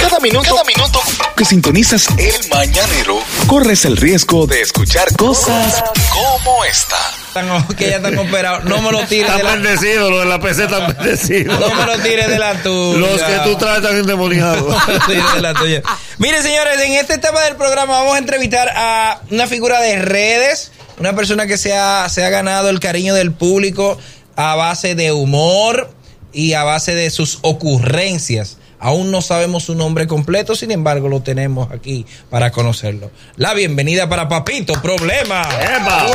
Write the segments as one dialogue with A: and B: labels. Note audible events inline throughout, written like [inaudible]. A: Cada minuto, cada minuto que sintonizas el mañanero, corres el riesgo de escuchar cosas como esta.
B: Están- que ya están operados. No me
C: [laughs]
B: lo tires
C: Está
B: de la
C: bendecido, lo de la PC está bendecido.
B: No me lo tires de la tuya.
C: Los que tú traes
B: [laughs]
C: están endemoniados.
B: [laughs] No me lo tires de la tuya. Mire, señores, en este tema del programa vamos a entrevistar a una figura de redes, una persona que se ha, se ha ganado el cariño del público a base de humor y a base de sus ocurrencias. Aún no sabemos su nombre completo, sin embargo lo tenemos aquí para conocerlo. La bienvenida para Papito, [laughs] problema.
C: ¡Epa!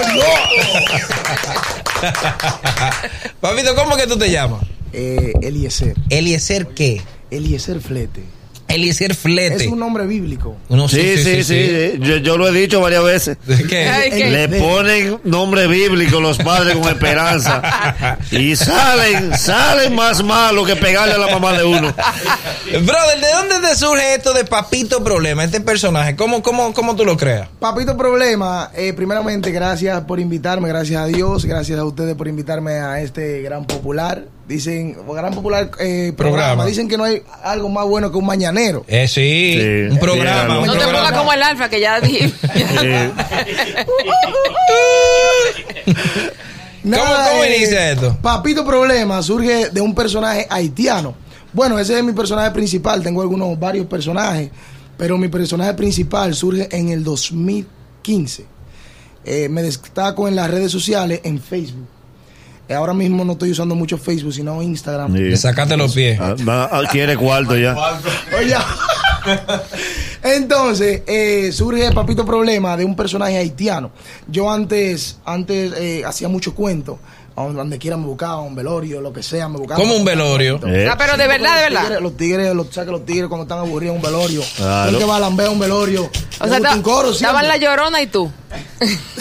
B: Papito, ¿cómo que tú te llamas?
D: Eh, Eliezer.
B: Eliezer qué?
D: Eliezer Flete.
B: Eliezer Flete.
D: Es un nombre bíblico.
B: No,
C: Sí, sí, sí. sí. Yo, yo lo he dicho varias veces.
B: [laughs] ¿Qué?
E: Ay, qué-
C: Le ponen nombre bíblico los padres con esperanza. Y salen, salen más malos que pegarle a la mamá de uno.
B: Brother, ¿de dónde te surge esto de Papito Problema, este personaje? ¿Cómo, cómo, cómo tú lo creas?
D: Papito Problema, eh, primeramente gracias por invitarme, gracias a Dios, gracias a ustedes por invitarme a este gran popular. Dicen, gran popular eh, programa.
B: Programa.
D: Dicen que no hay algo más bueno que un mañanero.
B: Eh, sí,
C: Sí,
B: un programa.
C: dígalo.
B: un
E: No te
B: programa.
E: pongas como el alfa que
D: [laughs]
E: ya dije.
C: Eh,
B: ¿Cómo- cómo inicia esto?
D: Papito Problema surge de un personaje haitiano. Bueno, ese es mi personaje principal. Tengo algunos, varios personajes. Pero mi personaje principal surge en el 2015. Eh, me destaco en las redes sociales, en Facebook. Eh, ahora mismo no estoy usando mucho Facebook, sino Instagram.
C: sí.
B: Le sacaste los pies.
C: Ah, va- ah, Quiere cuarto ya.
D: Oye. [laughs] Entonces, eh, surge Papito Problema de un personaje haitiano. Yo antes, antes eh, hacía mucho cuento. A donde quiera me buscaba, un velorio, lo que sea, me buscaba.
B: Como un velorio.
C: Eh,
E: Ah, pero de verdad, de
D: Los
E: verdad.
D: tigres, los tigres, los, ¿sabes que los tigres cuando están aburridos en un velorio.
C: Claro.
D: El que va a lamber un velorio.
E: O
D: le
E: sea,
D: gusta un coro,
E: ta- estaban la
D: siempre.
E: llorona y tú.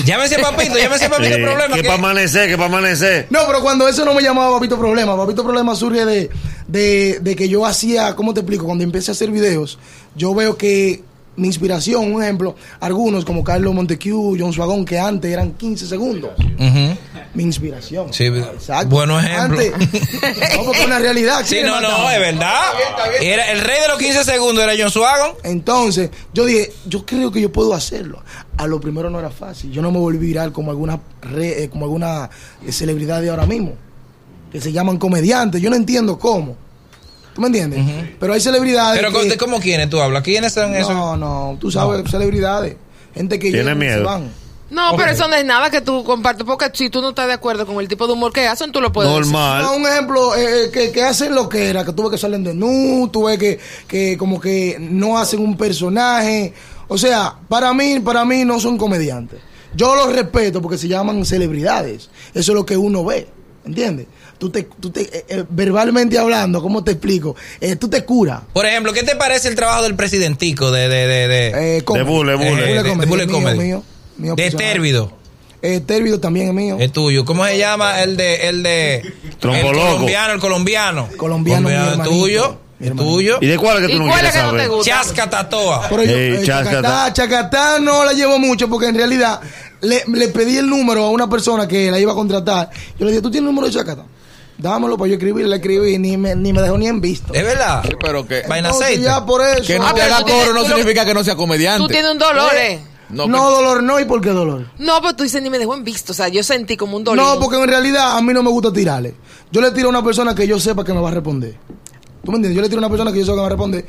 B: Llámese Papito, llámese Papito
C: eh,
B: Problema.
C: que
B: que-
C: para amanecer, que para amanecer.
D: No, pero cuando eso no me llamaba Papito Problema, Papito Problema surge de, de, de que yo hacía, ¿cómo te explico? Cuando empecé a hacer videos, yo veo que mi inspiración, un ejemplo, algunos como Carlos Montecue, John Suagón, que antes eran 15 segundos.
B: Ujú.
D: Mi inspiración.
B: Sí, bueno ejemplo.
D: Antes- [laughs] no, porque es una realidad.
B: Sí,
D: ¿quiénes
B: no, no,
D: mataban?
B: es verdad. Era, el rey de los 15 segundos era John Swagon.
D: Entonces, yo dije, yo creo que yo puedo hacerlo. A lo primero no era fácil. Yo no me volví viral como alguna, re- eh, como alguna eh, celebridad de ahora mismo, que se llaman comediantes. Yo no entiendo cómo. ¿Tú me entiendes? Pero hay celebridades.
B: Pero,
D: que-
B: ¿de ¿cómo quiénes tú hablas? ¿Quiénes son esos?
D: No, no, tú sabes, celebridades. Gente que
C: Tiene
D: llegan y se
C: miedo.
D: van.
E: No, pero eso no es nada que tú compartes, porque si tú no estás de acuerdo con el tipo de humor que hacen, tú lo puedes decir.
D: No,
C: Normal.
D: un ejemplo eh, eh, que, que hacen lo que era, que tú ves que salen de nu, tú ves que, que como que no hacen un personaje. O sea, para mí, para mí no son comediantes. Yo los respeto porque se llaman celebridades. Eso es lo que uno ve, ¿entiendes? Tú te, tú te eh, eh, verbalmente hablando, ¿cómo te explico? Eh, tú te curas.
B: Por ejemplo, ¿qué te parece el trabajo del presidentico de... de, de, de-
D: Eh, comedy.
C: Bule, Bule.
D: Bule
B: Eh, de- de
D: comedy,
B: Bule
D: mío,
B: Comedy.
D: mío, mío
B: de
D: personal.
B: Térvido?
D: Eh, Térvido también es mío.
B: Es tuyo. ¿Cómo se llama el de el de
C: Trompo
B: el
C: loco.
B: colombiano, el colombiano?
D: Colombiano, mi
B: es
D: hermanito.
B: tuyo,
D: Mi
B: es
D: hermanito.
B: tuyo.
C: ¿Y de cuál es que tú
E: ¿Y
C: no
E: cuál es
C: quieres
E: que no te
C: saber?
E: gusta?
B: Chasca Tatoa.
D: Pero yo,
C: Ey,
D: eh,
C: Chacatá.
D: Chacatá, Chacatá no la llevo mucho porque en realidad le, le pedí el número a una persona que la iba a contratar. Yo le dije, ¿tú tienes el número de Chacatá? Dámelo para yo escribir, le escribí, ni me, ni me dejó ni en visto.
B: Es verdad.
F: Sí, pero que,
B: Vaina
D: Entonces,
B: aceite.
D: ya pues, por eso.
F: que no
E: Ah,
F: te
E: pero
F: haga
E: tú tienes-
F: coro no
E: tú lo-
F: significa que no sea comediante.
E: Tú tienes un dolor, ¿eh?
D: no,
F: No, que-
D: dolor no, ¿y por qué dolor?
E: No, pero tú dices, ni me dejó en visto. O sea, yo sentí como un dolor.
D: No, porque en realidad a mí no me gusta tirarle. Yo le tiro a una persona que yo sepa que me va a responder. ¿Tú me entiendes? Yo le tiro a una persona que yo sepa que me va a responder.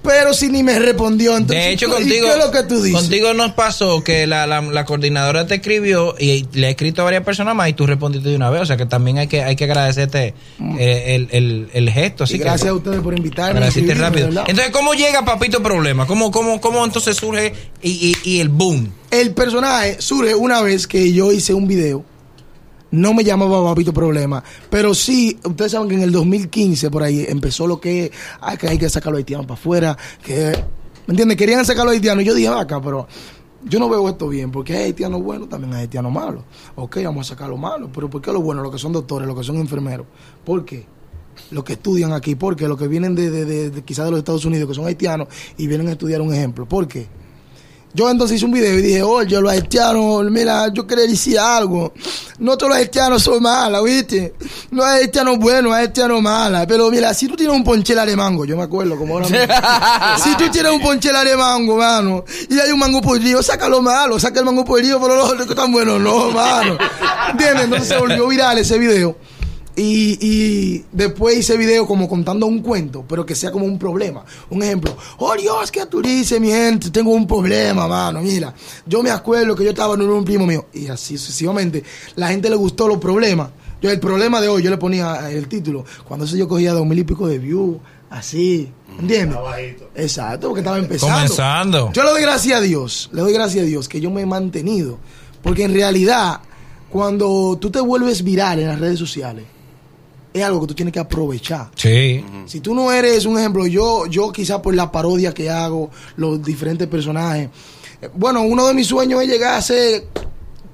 D: Pero si ni me respondió, entonces.
B: de hecho,
D: ¿y
B: contigo,
D: ¿Qué es lo que tú dices?
B: contigo nos pasó que la, la, la coordinadora te escribió y le ha escrito a varias personas más y tú respondiste de una vez. O sea que también hay que, hay que agradecerte eh, el, el, el gesto. Así
D: Mm. Y
B: que-
D: gracias a ustedes por invitarme.
B: Agradeciste
D: escribirme,
B: rápido.
D: de verdad.
B: Entonces, ¿cómo llega Papito Problema? ¿Cómo, cómo, cómo entonces surge y, y- y el boom?
D: El personaje surge una vez que yo hice un video. No me llamaba Babito Problema. Pero sí, ustedes saben que en el 2015 por ahí empezó lo que, ah, que hay que sacar a los haitianos para afuera. Que, ¿Me entiendes? Querían sacar a los haitianos. Y yo dije, acá, pero yo no veo esto bien. Porque hay haitianos buenos, también hay haitianos malos. Ok, vamos a sacar los malos. Pero ¿por qué los buenos? Los que son doctores, los que son enfermeros. ¿Por qué? los que estudian aquí, porque los que vienen de, de, de- de- quizás de los Estados Unidos, que son haitianos, y vienen a estudiar un ejemplo. ¿Por qué? Yo entonces hice un video y dije, oye, los haitianos, mira, yo quería decir algo. No todos los haitianos son malas, ¿viste? No hay haitianos buenos, hay haitianos malas. Pero mira, si tú tienes un ponchela de mango, yo me acuerdo como ahora mismo. si tú tienes un ponchela de mango, mano, y hay un mango podrido, saca lo malo, saca el mango podrido, pero los otros que están buenos, no, mano. ¿Entiendes? Entonces se volvió viral ese video. Y, y después hice video como contando un cuento, pero que sea como un problema. Un ejemplo. Oh Dios, ¿qué tú dices, mi gente? Tengo un problema, mano. Mira, yo me acuerdo que yo estaba en un primo mío. Y así sucesivamente. La gente le gustó los problemas. Yo, el problema de hoy, yo le ponía el título. Cuando eso yo cogía dos mil y pico de views. Así. ¿Entiendes? Exacto, porque estaba empezando.
B: Comenzando.
D: Yo le doy gracias a Dios. Le doy gracias a Dios que yo me he mantenido. Porque en realidad, cuando tú te vuelves viral en las redes sociales es algo que tú tienes que aprovechar.
B: Sí.
D: Si tú no eres un ejemplo, yo, yo quizás por la parodia que hago, los diferentes personajes. eh, Bueno, uno de mis sueños es llegar a ser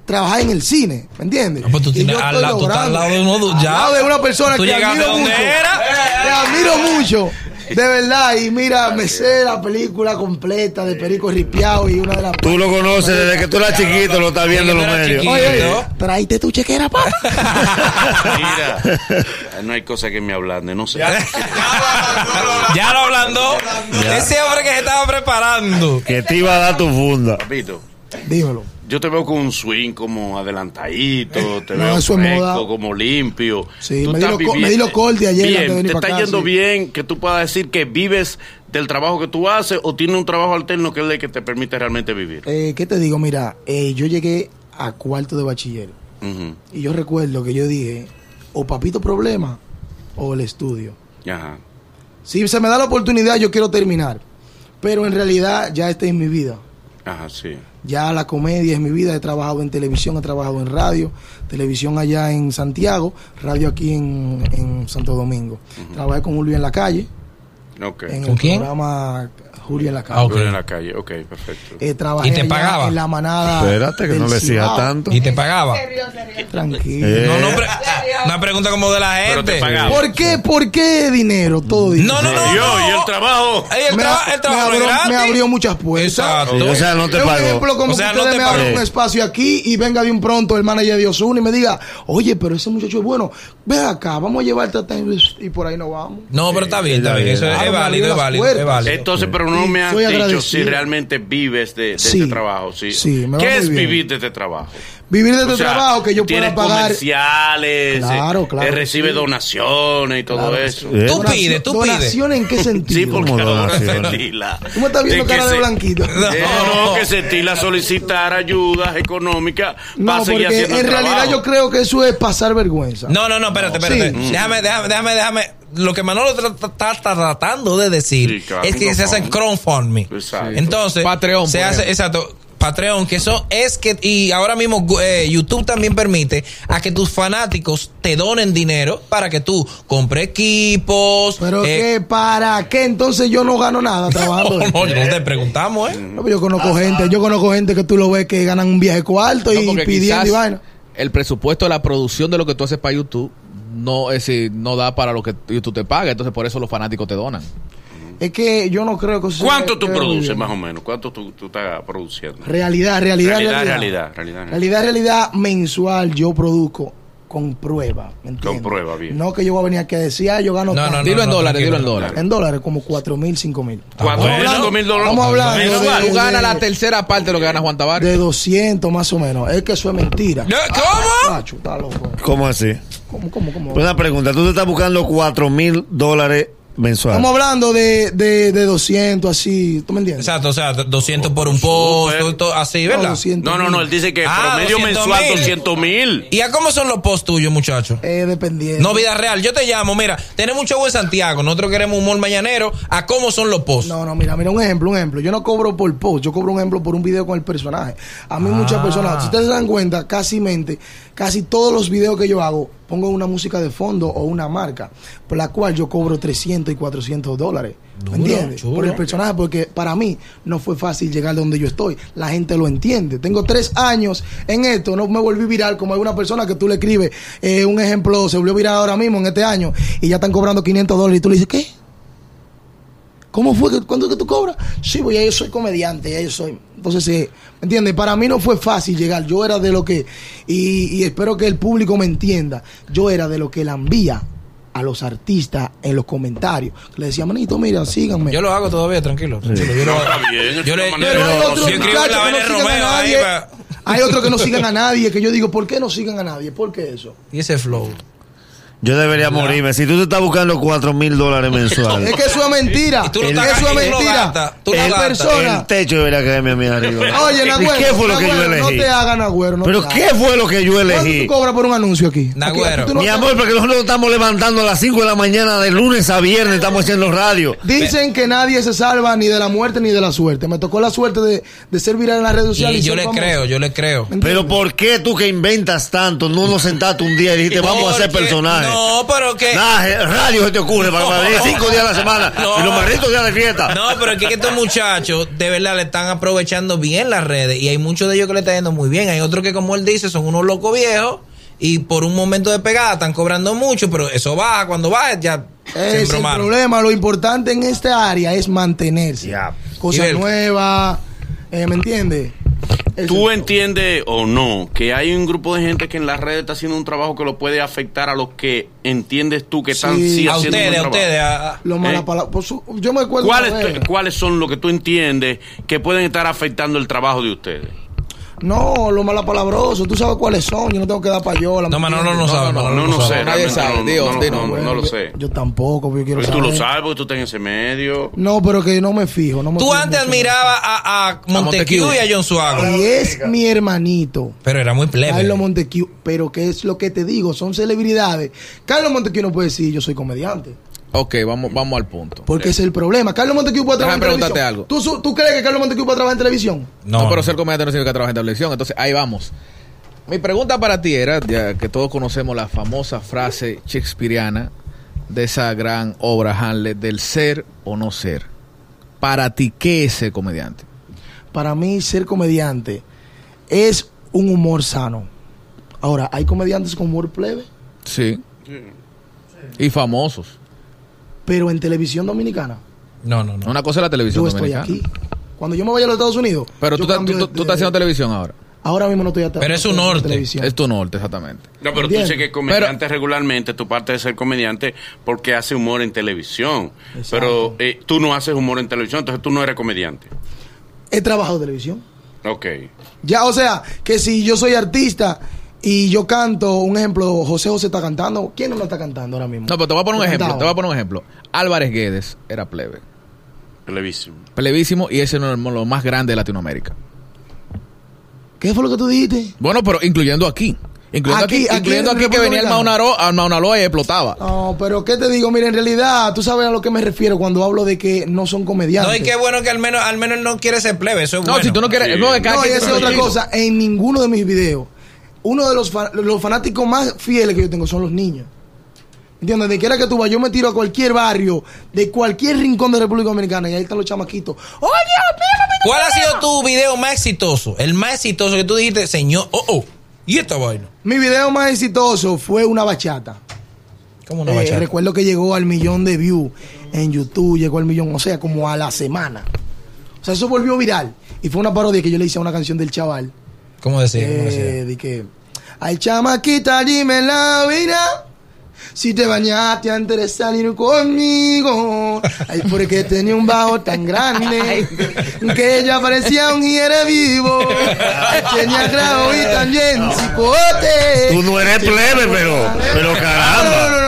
D: trabajar en el cine, ¿me entiendes?
B: Ah, pues tú
D: Y
B: tienes-
D: yo
B: al
D: estoy
B: lado- tú estás al lado de uno de-
D: al
B: ya.
D: lado de una persona
B: Tú
D: que
B: llegaste
D: admiro
B: donde
D: mucho.
B: era.
D: Te admiro mucho. De verdad, y mira, me sé la película completa de Perico Ripiao y una de las
C: Tú lo conoces desde que tú eras chiquito, lo estás viendo en los
B: Desde que tú eras
C: medios.
B: chiquito.
D: Oye, oye,
B: ¿no?
D: tráete tu chequera, papá. [laughs]
F: Mira, no hay cosa que me ablande, no sé.
B: Ya lo ablandó. Ese hombre que se estaba preparando.
C: Que te iba a dar tu funda.
F: Papito,
D: Dímelo.
F: yo te veo con un swing como adelantadito, te
D: Eh, No,
F: veo
D: eso es
F: fresco,
D: moda.
F: como limpio.
D: Sí,
F: Tú
D: me
F: estás
D: di lo co- me
F: viviendo-
D: di lo corte ayer antes de
F: Bien,
D: venir
F: te
D: para
F: está
D: acá,
F: yendo
D: sí.
F: bien que tú puedas decir que vives del trabajo que tú haces o tienes un trabajo alterno que es el que te permite realmente vivir.
D: Eh, ¿Qué te digo? Mira, eh, yo llegué a cuarto de bachiller.
F: Ujú,
D: Y yo recuerdo que yo dije, o papito problema o el estudio.
F: Ajá.
D: Si se me da la oportunidad, yo quiero terminar. Pero en realidad ya esta es mi vida.
F: Ajá, sí.
D: Ya la comedia es mi vida. He trabajado en televisión, he trabajado en radio. Televisión allá en Santiago, radio aquí en, en Santo Domingo. Trabajé con Julio en la calle,
F: Ok.
D: en
B: ¿Con
D: el
B: quién?
D: programa Julio en la
B: Ah,
D: calle.
B: ok.
F: Tú eres en la calle, ok, perfecto.
D: Eh, trabajé
B: ¿Y te
D: allá
B: pagaba?
D: en la manada.
C: Espérate, que
D: del
C: no le sigas
D: Cibao.
C: tanto.
B: Y te pagaba.
D: Tranquilo.
C: Eh.
B: No, no, pre- una pregunta como de la
F: Pero te
B: gente.
F: pagaba.
D: ¿Por qué? ¿Por qué dinero? Todo dinero.
B: No, no, no.
F: Yo,
B: no.
F: y el trabajo.
B: Ey, el,
D: me,
B: traba- el trabajo
D: me
B: es
D: abrió,
B: gratis.
D: me abrió muchas puertas.
B: Exacto.
C: O sea, no te
D: Es un ejemplo
C: pagó.
D: como
B: O sea,
D: que ustedes
B: no te
D: me abran
B: pagó.
D: un espacio aquí y venga de un pronto el manager de Osuna y me diga, oye, pero ese muchacho es bueno, ven acá, vamos a llevarte hasta y por ahí nos vamos.
B: No, pero está bien, está bien. Eso es,
D: claro,
B: es
D: Ah, me
B: válido,
D: abrió
B: es
D: las
B: válido, es
D: puertas.
B: válido.
F: Entonces, pero no
D: Sí,
F: me has
D: soy
F: dicho
D: agradecido.
F: si realmente vives de, de
D: Sí.
F: este trabajo. Sí,
D: Sí, me va
F: ¿Qué
D: muy
F: es
D: bien.
F: vivir de este trabajo?
D: Vivir de tu
F: O sea,
D: trabajo que yo
F: tienes
D: pueda pagar.
F: comerciales,
D: Claro,
F: eh,
D: claro,
F: eh, recibe
D: sí.
F: donaciones y todo
D: Claro que
F: eso.
C: sí.
B: Tú
D: Donación-
B: pides, tú pides.
D: ¿Donación en qué sentido?
F: Sí, porque
C: ¿Cómo
F: ahora se
C: donaciones?
F: tila.
D: Tú me estás viendo
F: De que
D: cara de
F: se-
D: blanquito.
F: No, no, que se tila solicitar ayudas económicas
D: No,
F: para seguir
D: porque en
F: haciendo el
D: realidad
F: trabajo.
D: yo creo que eso es pasar vergüenza.
B: No, no, no, espérate, espérate.
D: Sí.
B: Déjame, déjame, déjame, déjame. Lo que Manolo tra- tra- está tratando de decir
F: Sí, claro,
B: es que se hacen crowdfunding.
F: Exacto.
B: Entonces,
G: Patreon,
B: se
G: por
B: hace,
G: ejemplo.
B: exacto. Patreon, que eso es que, y ahora mismo gu- eh, YouTube también permite a que tus fanáticos te donen dinero para que tú compres equipos.
D: Pero
B: eh,
D: que para qué entonces yo no gano nada
B: [laughs]
D: trabajando. este
B: no, no, no te preguntamos, ¿eh?
D: No, pero yo conozco gente, yo conozco gente que tú lo ves que ganan un viaje cuarto
G: No,
D: y
G: porque
D: pidiendo
G: quizás
D: y vaina.
G: el presupuesto de la producción de lo que tú haces para YouTube no es decir, no da para lo que YouTube te paga, entonces por eso los fanáticos te donan.
D: Es que yo no creo que eso sea-
F: ¿Cuánto tú
D: que-
F: produces más o menos? ¿Cuánto tú, tú estás produciendo?
D: Realidad, realidad,
F: Realidad,
D: realidad.
F: realidad, realidad.
D: Realidad, realidad, mensual yo produzco con prueba. ¿me entiendes?
F: Con prueba, bien.
D: No que yo voy a venir aquí a decir, ah, yo gano
B: No, no,
D: tanto.
G: dilo en
B: no,
G: dólares,
B: tranquilo.
G: dilo en dólares.
D: en dólares, como 4 mil, 5 mil.
F: Ah, Cuatro
B: bueno.
F: mil, cinco mil dólares.
D: Estamos hablando
F: Menos
D: de-
F: mal.
G: Tú ganas la
D: de-
G: tercera parte de lo que gana Juan Tavares.
D: De 200 más o menos. Es que eso es mentira.
B: No, ¿Cómo?
D: Macho, está loco.
C: ¿Cómo así?
D: ¿Cómo, cómo, cómo?
C: Una pregunta. Tú te estás buscando 4 mil dólares
D: Estamos
C: mensuales.
D: hablando de, de, de 200, así. ¿Tú me entiendes?
B: Exacto, o sea, 200 por un post,
F: súper.
B: todo- todo así,
D: No,
B: ¿verdad?
D: 200
F: No, no, no, él dice que
B: Ah,
F: promedio
B: 200
F: mensual
B: mil.
F: 200 mil.
B: ¿Y a cómo son los posts tuyos, muchachos?
D: Eh, dependiendo.
B: No, vida real. Yo te llamo, mira, tenemos un show en Santiago. Nosotros queremos humor mañanero. ¿A cómo son los posts?
D: No, no, mira, mira, un ejemplo, un ejemplo. Yo no cobro por post, yo cobro un ejemplo por un video con el personaje. A mí muchas personas, si ustedes se dan cuenta, casi mente, casi todos los videos que yo hago, pongo una música de fondo o una marca, por la cual yo cobro 300 y 400 dólares. ¿Me entiendes? Por el personaje, porque para mí no fue fácil llegar donde yo estoy. La gente lo entiende. Tengo tres años en esto, no me volví viral como alguna persona que tú le escribes. eh, un ejemplo, se volvió viral ahora mismo en este año y ya están cobrando 500 dólares y tú le dices, ¿qué? ¿Cómo fue? que- ¿Cuánto es que tú cobras? Sí, pues ya yo soy comediante, ya yo soy. Entonces, eh, ¿me entiendes? Para mí no fue fácil llegar. Yo era de lo que, y, y espero que el público me entienda, yo era de lo que la envía a los artistas en los comentarios. Le decía, manito, mira, síganme.
B: Yo lo hago todavía, tranquilo. tranquilo, yo lo hago.
F: Está bien, es
B: Yo
F: una
B: le-
F: manera
B: yo
D: Pero
F: de-
D: hay
B: lo-
D: otros
B: yo escribo
D: muchachos
B: la
D: que no
B: Valeria
D: sigan
B: Romeo
D: a
B: ahí
D: nadie.
B: pa-
D: Hay otros que no sigan a nadie, que yo digo, ¿por qué no sigan a nadie? ¿Por qué eso?
B: Y ese flow.
C: Yo debería morirme. Si tú te estás buscando 4 mil dólares mensuales.
D: Es que eso es mentira.
B: Y tú lo
D: es
B: tagas-
D: que eso es
B: y tú lo
D: mentira.
B: gastas, tú lo
D: El
B: gastas.
D: persona.
C: El techo debería caerme a mí arriba.
D: [laughs] Oye,
C: ¿Y
D: Nagüero.
C: qué fue lo que yo
D: Nagüero,
C: elegí?
D: No te hagan agüero. No
C: ¿Pero
D: te
C: qué
D: hagan.
C: fue lo que yo
D: ¿Cuánto
C: elegí?
D: tú cobras por un anuncio aquí?
B: Nagüero.
D: Aquí- aquí tú no-
C: Mi amor, porque nosotros nos estamos levantando a las 5 de la mañana de lunes a viernes, estamos haciendo radio.
D: Dicen que nadie se salva ni de la muerte ni de la suerte. Me tocó la suerte de, de ser viral en las redes sociales.
B: Y yo
D: ser
B: le
D: famoso.
B: creo, yo le creo.
C: Pero ¿por qué tú que inventas tanto no nos sentaste un día y dijiste vamos a hacer
B: Porque-
C: personajes?
B: No, pero que.
C: Nah, eh, radio se te ocurre para para venir cinco días a la semana
B: No.
C: y los marritos días de fiesta.
B: No, pero es que estos muchachos de verdad le están aprovechando bien las redes y hay muchos de ellos que le están yendo muy bien. Hay otros que, como él dice, son unos locos viejos y por un momento de pegada están cobrando mucho, pero eso baja. Cuando baja, ya
D: Ese Es
B: sembró
D: el
B: mal.
D: problema. Lo importante en esta área es mantenerse.
C: Ya.
D: Cosas
B: Ibel.
D: nuevas. eh, ¿Me entiendes? Ese-
F: ¿Tú entiendes o no que hay un grupo de gente que en las redes está haciendo un trabajo que lo puede afectar a los que entiendes tú que están
D: Sí.
F: sí
B: A
F: haciendo un
B: ustedes, a
F: buen trabajo?
B: ustedes. a- a-
D: Lo
F: Eh.
D: mala palabra. Por su- yo me acuerdo.
F: ¿Cuáles,
D: una vez.
F: tú- ¿Cuáles son lo que tú entiendes que pueden estar afectando el trabajo de ustedes?
D: No, lo malapalabroso. Tú sabes cuáles son. Yo no tengo que dar payola.
B: No,
D: ¿me
B: Manolo no
D: entiendes?
B: sabe.
F: No,
B: Manolo
F: no,
B: no
F: sé,
B: sabe.
G: Nadie
F: realmente
G: sabe,
F: no, no,
G: Dios,
F: no,
G: dinos.
F: no, no lo
D: yo-
F: sé.
D: Yo tampoco, porque yo quiero
F: Pero tú lo
D: saber.
F: sabes porque tú estás en ese medio.
D: No, pero que no me fijo. No me
B: Tú
D: fijo
B: antes
D: mucho.
B: admirabas a, a Montequiu y a John Suárez
D: Y es mi hermanito.
B: pero era muy plebe.
D: Carlos Montequiu, pero ¿qué es lo que te digo? Son celebridades. Carlos Montequiu no puede decir yo soy comediante,
G: Ok, vamos, vamos al punto.
D: porque es el problema. Carlos Montequiu puede trabajar en
G: Déjame
D: televisión.
G: preguntarte algo.
D: ¿Tú, su- tú crees que Carlos Montequiu puede trabajar en televisión?
G: No, pero ser comediante no significa trabajar en televisión. Entonces, ahí vamos. Mi pregunta para ti era, ya que todos conocemos la famosa frase shakespeariana de esa gran obra, Hamlet, del ser o no ser. Para ti, ¿qué es ser comediante?
D: Para mí ser comediante es un humor sano. Ahora, hay comediantes con humor plebe,
G: Sí. Y famosos.
D: pero en televisión dominicana.
B: No, no, no.
G: Una cosa es la televisión
D: Yo estoy
G: dominicana.
D: aquí. Cuando yo me vaya a los Estados Unidos.
G: Pero
D: yo
G: tú, estás-
D: cambio
G: tú-
D: de-
G: tú estás haciendo
D: de-
G: televisión ahora.
D: Ahora mismo no estoy hasta-
B: Pero es un
D: haciendo
B: norte.
D: televisión.
G: Es tu norte, exactamente.
F: No, pero tú
D: Entiendo.
F: dices que comediante regularmente, tu parte de ser comediante porque hace humor en televisión. Pero eh, tú no haces humor en televisión, entonces tú no eres comediante.
D: He trabajado en televisión.
F: Ok.
D: Ya, o sea, que si yo soy artista y yo canto, un ejemplo, José José está cantando, ¿quién no lo está cantando ahora mismo?
G: No, pero te voy a poner un
D: Yo
G: ejemplo.
D: cantaba.
G: Te voy a poner un ejemplo. Álvarez Guedes era plebe.
F: Televisión.
G: Plebísimo y ese es uno de los más grandes de Latinoamérica.
D: ¿Qué fue lo que tú dijiste?
G: Bueno, pero incluyendo aquí. Incluyendo aquí,
D: Aquí, aquí
G: incluyendo
D: en
G: aquí que
D: República
G: venía el
D: Dominicana.
G: Maunaro, al Maunaloa y explotaba.
D: No, pero ¿qué te digo? Mira, en realidad, tú sabes a lo que me refiero cuando hablo de que no son
B: No,
D: comediantes.
B: y qué bueno que al menos, al menos él no quiere ser plebe. Eso es
G: No,
B: bueno.
G: si tú no quieres.
F: Sí.
G: No, es cada
D: No, y
G: quien
D: esa es
G: tiene su
D: otra
G: estilo.
D: cosa. En ninguno de mis videos, uno de los, fa- los fanáticos más fieles que yo tengo son los niños. ¿Entiendes? De quiera que tú vas, yo me tiro a cualquier barrio, de cualquier rincón de República Dominicana, y ahí están los chamaquitos. ¡Oye, mira, mira!
B: ¿Cuál ha sido tu video más exitoso? El más exitoso que tú dijiste, señor. Oh, oh. ¿Y esta vaina?
D: Mi video más exitoso fue una bachata.
B: ¿Cómo una
D: Eh,
B: bachata?
D: recuerdo que llegó al millón de views en YouTube, llegó al millón, o sea, como a la semana. O sea, eso volvió viral. Y fue una parodia que yo le hice a una canción del chaval.
B: ¿Cómo decía? ¿Cómo
D: eh,
B: decía?
D: de que, ay chamaquita, dime la vida. Si te bañaste antes de salir conmigo. Ay, porque tenía un bajo tan grande. Que ella parecía un hiere vivo. Tenía clavo y también cicote.
C: Tú no eres plebe, pero, pero caramba. pero,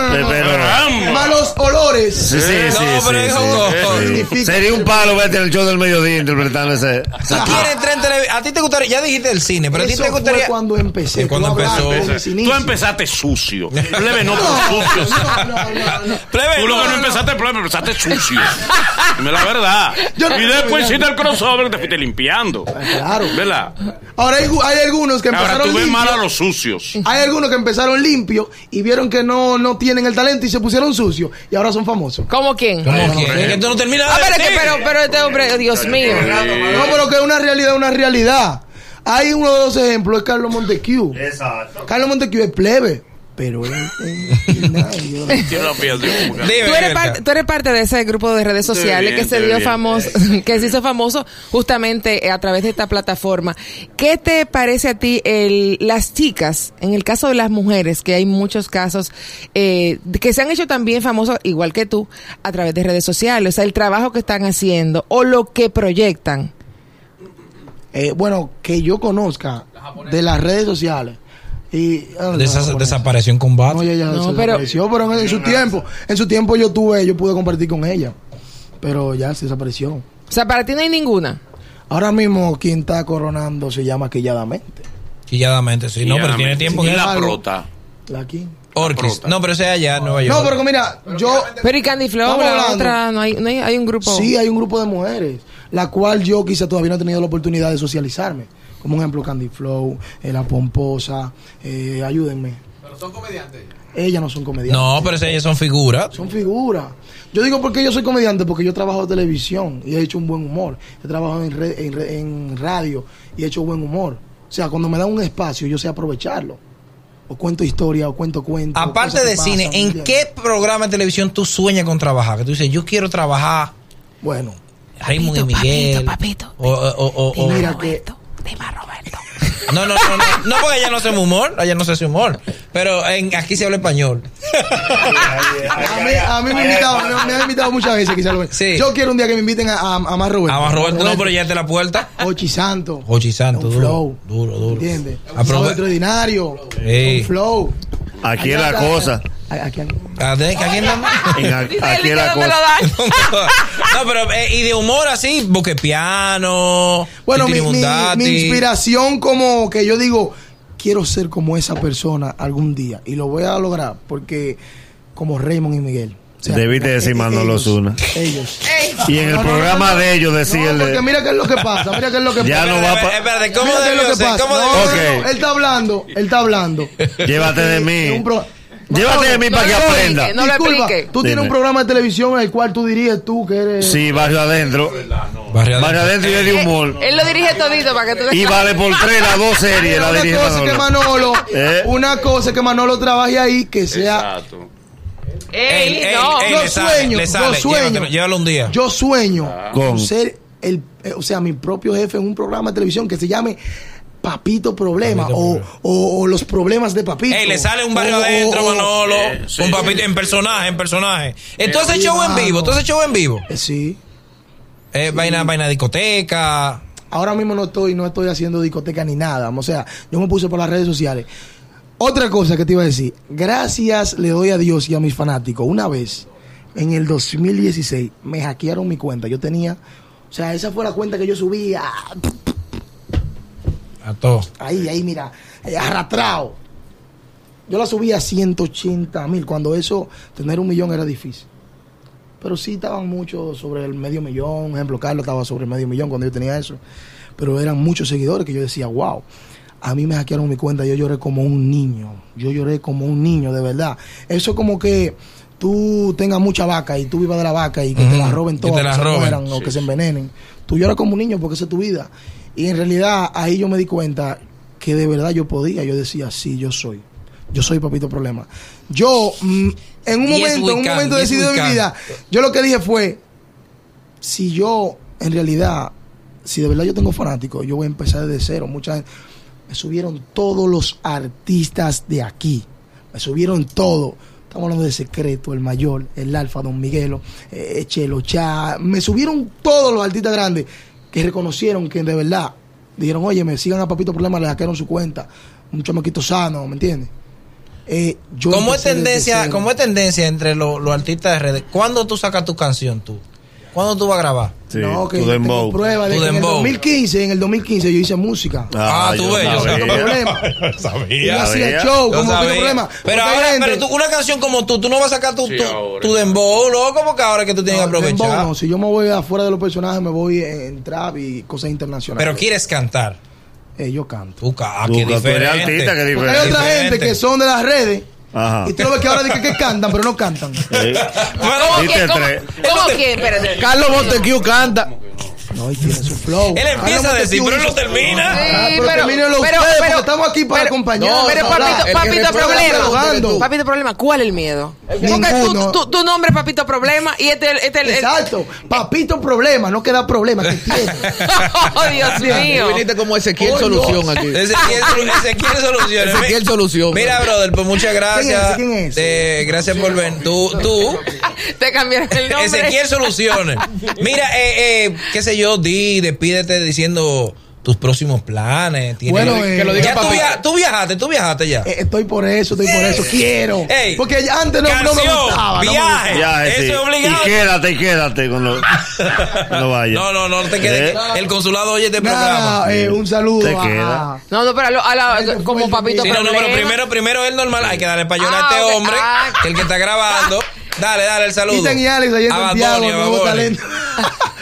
D: Mm. Malos olores.
C: Sí, sí, sí.
B: No, pero
C: sí,
B: es
C: sí,
B: como-
C: sí.
D: Significa-
C: Sería un palo verte en el show del mediodía interpretando ese.
B: ¿Tú quieres entrar en televisión? A ti te gustaría. Ya dijiste el cine, pero a ti
D: Eso
B: te gustaría.
D: fue cuando empecé.
B: Sí, cuando
D: Tú hablas
B: empezó.
D: de
B: Empecé.
D: mis
F: Eh, Tú
D: inicios.
F: empezaste sucio. Plebe no, pero sucio.
D: No, no, no, no.
B: Plebe,
F: Tú lo
B: no,
F: que no
B: no, no.
F: empezaste plebe, empezaste sucio. Dime la verdad.
D: Yo no
F: y
D: estoy
F: después
D: mirando.
F: hiciste el crossover y te fuiste limpiando.
D: Claro.
F: ¿Verdad?
D: Ahora hay, hay algunos que
F: Ahora
D: empezaron
F: tú ves mal a
D: limpios.
F: los sucios.
D: Hay algunos que empezaron limpios y vieron que no, no tienen el talento y se pusieron sucios y ahora son famosos.
E: ¿Cómo quién?
B: ¿Cómo que?
D: eh.
B: Es que tú no terminas de
E: Ah, pero, es que-
B: decir.
E: pero, pero este hombre, Dios mío.
D: No, pero que es una realidad, una realidad. Hay uno de los ejemplos, es Carlos Montesquieu.
C: Exacto.
D: Carlos Montesquieu es plebe. pero él
F: [laughs]
D: entendía, yo-
F: Yo lo pienso como que-
B: Dime,
E: Tú eres,
B: Berta.
E: parte, tú eres parte de ese grupo de redes sociales
F: bien,
E: que se
F: estoy
E: dio
F: bien.
E: famoso, [laughs] que se hizo famoso justamente eh, a través de esta plataforma. ¿Qué te parece a ti el, las chicas, en el caso de las mujeres, que hay muchos casos eh, que se han hecho también famosos, igual que tú, a través de redes sociales? O sea, el trabajo que están haciendo o lo que proyectan.
D: eh, bueno, que yo conozca de las redes sociales. Y, ah, no,
B: Desa-
D: japonesa.
B: desapareció en combate.
D: No, ella ya
E: No,
D: se
E: pero-
D: desapareció, pero en, en su tiempo, en su tiempo yo tuve, yo pude compartir con ella, pero ya se desapareció.
E: O sea, para ti no hay ninguna.
D: Ahora mismo quien está coronando se llama Quilladamente,
B: Quilladamente, sí. No, pero tiene
F: Quilladamente.
B: tiempo
F: Y
B: que
F: la
D: algo.
F: prota.
D: la Kim.
B: Orquis. No, pero ese es allá en Nueva York.
D: No, pero mira, yo
E: Pero y Candy Flow,
D: Estamos
E: la
D: hablando.
E: otra, no hay, no hay, hay un grupo.
D: sí hay un grupo de mujeres, la cual yo quizá todavía no he tenido la oportunidad de socializarme. Como un ejemplo, Candy Flow, eh, La Pomposa, eh, ayúdenme.
G: Pero son comediantes.
D: Ellas no son comediantes.
B: No, pero esas son figuras.
D: Son figuras. Yo digo porque yo soy comediante, porque yo trabajo en televisión y he hecho un buen humor. He trabajado en, re- en, re- en radio y he hecho buen humor. O sea, cuando me dan un espacio, yo sé aprovecharlo. O cuento historia, o cuento cuentos.
B: Aparte
D: cosas que
B: de
D: pasan,
B: cine,
D: ¿me
B: ¿en
D: entiendes?
B: qué programa de televisión tú sueñas con trabajar? Que tú dices, yo quiero trabajar
D: Bueno,
B: Raymond y Miguel. Papito, O, o- o- o-
D: mira que.
B: No, no, no, no. No, porque allá no hacemos humor. Allá no se hace humor. Pero en- aquí se habla español.
D: A mí, a mí me, invitaron, me, me han invitado muchas veces, quizá lo ven.
B: Sí.
D: Yo quiero un día que me inviten a, a, a más Roberto.
B: A más Ah, Roberto, no, pero ya te la puerta.
D: Ochi Santo.
B: Ochi Santo,
D: Un
B: duro,
D: flow.
B: duro, duro.
D: ¿Entiendes? Un
B: Aprove-
D: flow extraordinario.
B: Sí.
D: Un flow.
C: Aquí es la
D: Acá-
C: cosa.
D: a- Aquí,
B: Ade- Ah, que aquí en la-
C: En a- aquí
E: Dice Eli
C: es
E: que
C: la
E: no me lo
C: cosa.
E: dan.
B: no, pero eh, y de humor así, boquepiano,
D: Bueno, mi,
B: Titiri
D: mi-
B: Mundati.
D: mi inspiración como que yo digo, quiero ser como esa persona algún día. Y lo voy a lograr porque como Raymond y Miguel. eh,
C: Debiste decir Manolo
D: ellos-
C: Zuna.
D: Ellos.
C: Y en el
D: No, no,
C: programa
D: no, no.
C: de ellos
D: No,
C: decirle.
D: porque mira qué es lo que pasa, mira qué es lo que
C: Ya
D: pasa.
C: no
B: Espérate,
C: va pa-
B: espérate, ¿cómo
D: Mira qué es lo
B: debió
D: que
B: ser?
D: pasa.
B: ¿Cómo
D: No,
B: debió
D: no,
B: ser?
D: no, Él está hablando, él está hablando.
C: Llévate de
D: Es
C: mí.
D: un pro-
C: Llévate de mí para que
E: no, no,
C: aprenda.
E: no, no. lo
D: Disculpa,
E: explique.
D: Tú tienes
C: Dime.
D: un programa de televisión en el cual tú dirías tú que eres.
C: Sí, barrio adentro.
B: Barrio Adentro.
C: Barrio adentro y es de humor.
E: Él, él lo dirige todito para que tú
C: Y vale por tres las dos series. La
D: una
C: dirige
D: cosa que
C: Manolo.
D: Manolo,
C: Eh.
D: una cosa que Manolo trabaje ahí que sea
F: Exacto.
E: Ey,
B: Ey,
E: no.
B: ey, ey,
D: yo
B: le sale,
D: sueño,
B: le sale,
D: yo sueño.
B: llévatelo, llévalo un día.
D: Yo sueño
C: Con-
D: con ser el, eh, o sea, mi propio jefe en un programa de televisión que se llame Papito Problema
B: Papito
D: o,
B: Problema.
D: o- o los problemas de Papito.
B: Ey, le sale un barrio
D: O- o-
B: adentro,
D: o-
B: Manolo.
F: Eh, sí.
B: un papito en personaje, en personaje. Entonces
D: Sí,
B: show en
D: mano.
B: vivo, entonces show en vivo.
D: Eh, sí.
B: Eh, vaina, vaina discoteca.
D: Ahora mismo no estoy, no estoy haciendo discoteca ni nada. O sea, yo me puse por las redes sociales. Otra cosa que te iba a decir. Gracias le doy a Dios y a mis fanáticos. Una vez, en el 2016, me hackearon mi cuenta. Yo tenía, o sea, esa fue la cuenta que yo subía.
B: A todo.
D: Ahí, ahí, mira, eh, arrastrado. Yo la subí a 180 mil, cuando eso, tener un millón era difícil. Pero sí estaban muchos sobre el medio millón, por ejemplo, Carlos estaba sobre el medio millón cuando yo tenía eso. Pero eran muchos seguidores que yo decía, wow, a mí me hackearon mi cuenta, yo lloré como un niño, yo lloré como un niño, de verdad. Eso como que tú tengas mucha vaca y tú vivas de la vaca y que te
B: Ujú,
D: la roben
B: que
D: todas,
B: te la
D: se
B: roben.
D: mueran o que se envenenen. Tú lloras como un niño porque esa es tu vida. Y en realidad ahí yo me di cuenta que de verdad yo podía. Yo decía, sí, yo soy. Yo soy Papito Problema. Yo, mm, en un
B: Yes,
D: momento,
B: we
D: en un
B: can,
D: momento
B: yes,
D: decidido
B: we
D: de mi
B: can.
D: vida, yo lo que dije fue, si yo, en realidad, si de verdad yo tengo fanáticos, yo voy a empezar desde cero. Mucha gente, me subieron todos los artistas de aquí. Me subieron todo. Estamos hablando de Secreto, El Mayor, El Alfa, Don Miguelo, eh, Chelo Chá. Me subieron todos los artistas grandes que reconocieron que de verdad dijeron, oye, me sigan a Papito Problema, le sacaron su cuenta. Un chamaquito sano, ¿me entiendes? Eh, yo
B: ¿Cómo es
D: empecé desde
B: tendencia,
D: cero.
B: cómo es tendencia entre los los artistas de redes? ¿Cuándo tú sacas tu canción tú? ¿Cuándo tú vas a grabar?
C: Sí,
D: no, que
C: tu
D: yo
C: dembow.
D: tengo prueba de
B: Tu
D: que en el
B: dembow.
D: 2015, en el 2015 yo hice música.
B: Ah, tú
C: yo
B: ves, yo
C: sabía.
B: sabía.
D: Problema. Y yo
B: sabía.
D: hacía
C: sabía.
D: show,
B: Yo
D: como
B: sabía.
D: Papito Problema.
B: Pero
D: Porque hay
B: ahora,
D: gente-
B: pero tú, una canción como tú, tú no vas a sacar tu,
F: Sí,
B: tu,
F: ahora.
B: tu dembow, loco, porque ahora es que tú tienes
D: No,
B: que aprovechar.
D: dembow no, si yo me voy afuera de los personajes, me voy en trap y cosas internacionales.
B: Pero quieres cantar.
D: Eh, yo canto.
B: Tú, ca- ah,
C: Tú,
B: qué
C: tú eres
B: diferente.
C: artista, qué
D: Porque hay otra
B: Diferente.
D: gente que son de las redes
C: pues, Ajá.
D: y tú lo ves que ahora dicen que, que cantan, pero
B: [laughs]
D: no cantan.
C: Sí.
B: Pero-
E: ¿Cómo
C: Diste
E: quién? ¿Cómo,
C: tres.
E: cómo quién? Espérate.
D: Carlos Montequiu canta. No, y tiene su flow.
B: Él empieza a decir, pero él no termina.
D: Ah,
E: Sí,
D: pero termínelo ustedes, porque estamos aquí para
E: pero-
D: acompañarlos,
E: Pero,
D: para
E: papito,
G: hablar. El
E: papito
G: que responde
D: está
E: problema.
D: dialogando.
E: Papito problema, ¿cuál es el miedo? Porque tú,
D: Ninguno.
E: tú, tu nombre es papito problema y este es el. Este,
D: Exacto. Papito problema, no queda
B: [laughs]
D: problema, que tiene.
E: [laughs] oh, Dios
G: Tú
E: mío.
G: viniste como Ezequiel
D: Coño.
G: Solución aquí.
B: Ezequiel Solu- Ezequiel Soluciones.
G: Ezequiel Solución.
B: Mira, brother, pues muchas gracias.
D: ¿Quién es? ¿Quién es?
B: Eh, gracias por venir. Tú, tú,
E: Te cambiaron el nombre.
B: Ezequiel Soluciones. Mira, eh, eh, qué sé yo, di, despídete diciendo tus próximos planes. Tienes-
D: Bueno, eh,
G: Que lo diga
B: ya tú,
G: papi.
B: via- tú viajaste, tú viajaste ya.
D: Eh, Estoy por eso, estoy por eso. Quiero.
B: Ey,
D: Porque ya antes no, no me
B: canción,
D: gustaba. no me
B: viaje.
D: gustaba.
C: Ya,
B: Eso
C: sí.
B: es obligado.
C: Y quédate, y quédate con
B: [laughs]
C: los. No vayas.
B: No, no, no te quedes.
C: Eh.
B: El consulado oye este programa.
D: Nada, eh, un saludo.
C: Te
D: a-
C: queda.
E: No, no, pero a lo- a la-
D: Ay, Dios
E: como
D: mío.
E: papito
B: Sí, no,
E: problema.
B: no, pero primero, primero el normal. Hay que darle para llorar
E: Ah,
B: a este
E: ok.
B: hombre,
E: Ah.
B: que el que está grabando. Dale, dale el saludo.
D: Ethan y Alex allá en
B: A Bad
D: Santiago,
B: Bunny, a Bad
D: nuevo
B: Bunny.
D: talento.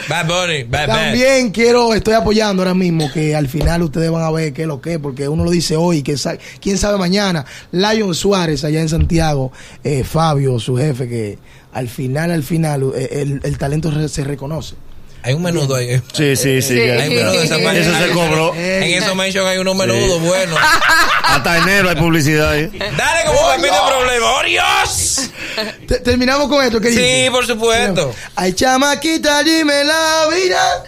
B: Bad Bunny, [laughs] Bad Bunny.
D: También quiero, estoy apoyando ahora mismo que al final ustedes van a ver qué es lo que, es, porque uno lo dice hoy, que sa- quién sabe mañana. Lion Suárez allá en Santiago, eh, Fabio, su jefe, que al final, al final, eh, el, el talento re- se reconoce.
B: Hay un menudo ahí. eh.
C: Sí, sí, sí.
E: Sí.
C: que-
B: Hay un menudo de esa
E: Eso
B: página.
C: se
B: Hay-
C: cobró.
B: En esos mentions hay unos menudos buenos.
C: Hasta enero hay publicidad ahí.
B: Dale como papito problema. ¡Oh, Dios!
D: Te- terminamos con esto, ¿qué
B: Sí,
D: dice?
B: por supuesto.
D: Ay, chamaquita, dime la vida.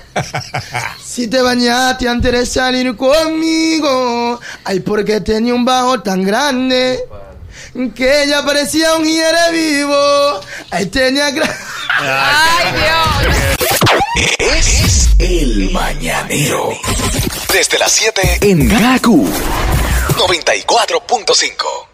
D: Si te bañaste antes de salir conmigo. Ay, porque tenía un bajo tan grande. Que ella parecía un hiere vivo. Ay, tenía gran...
E: Ay, Dios.
A: Es el mañanero. Desde las 7 en GACU 94.5.